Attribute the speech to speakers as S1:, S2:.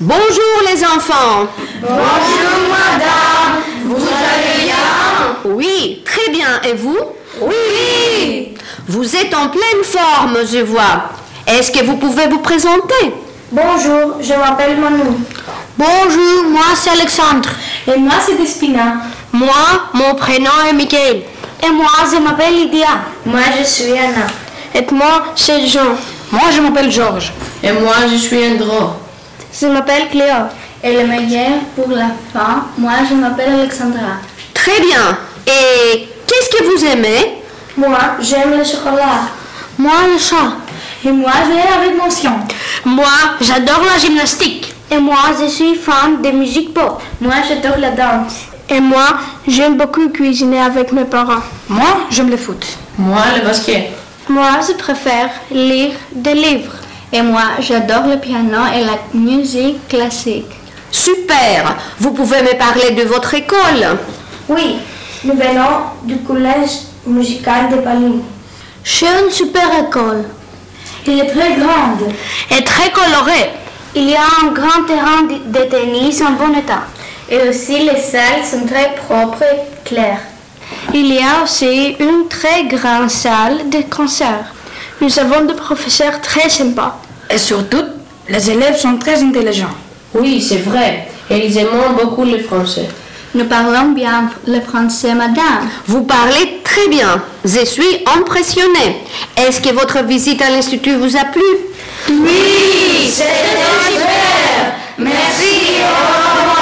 S1: Bonjour les enfants
S2: Bonjour madame, vous allez bien
S1: Oui, très bien. Et vous
S2: Oui
S1: Vous êtes en pleine forme, je vois. Est-ce que vous pouvez vous présenter
S3: Bonjour, je m'appelle Manu.
S4: Bonjour, moi c'est Alexandre.
S5: Et moi c'est Despina.
S6: Moi, mon prénom est Michael.
S7: Et moi, je m'appelle Lydia.
S8: Moi, je suis Anna.
S9: Et moi, c'est Jean.
S10: Moi, je m'appelle Georges.
S11: Et moi, je suis Andro.
S12: Je m'appelle Cléo.
S13: Et le meilleur pour la fin, moi je m'appelle Alexandra.
S1: Très bien. Et qu'est-ce que vous aimez
S3: Moi, j'aime le chocolat.
S14: Moi, le chat.
S15: Et moi, je vais avec mon chien.
S16: Moi, j'adore la gymnastique.
S17: Et moi, je suis fan de musique pop.
S18: Moi, j'adore la danse.
S19: Et moi, j'aime beaucoup cuisiner avec mes parents.
S20: Moi, j'aime le foot.
S6: Moi, le basket.
S12: Moi, je préfère lire des livres.
S11: Et moi, j'adore le piano et la musique classique.
S1: Super Vous pouvez me parler de votre école
S3: Oui, nous venons du collège musical de Paris.
S17: C'est une super école.
S3: Elle est très grande.
S6: Et très colorée.
S17: Il y a un grand terrain de tennis en bon état.
S8: Et aussi les salles sont très propres et claires.
S17: Il y a aussi une très grande salle de concert.
S19: Nous avons des professeurs très sympas.
S20: Et surtout, les élèves sont très intelligents.
S6: Oui, c'est vrai. Et ils aiment beaucoup le français.
S11: Nous parlons bien le français, madame.
S1: Vous parlez très bien. Je suis impressionnée. Est-ce que votre visite à l'Institut vous a plu
S2: Oui, c'était super. Merci. Au revoir.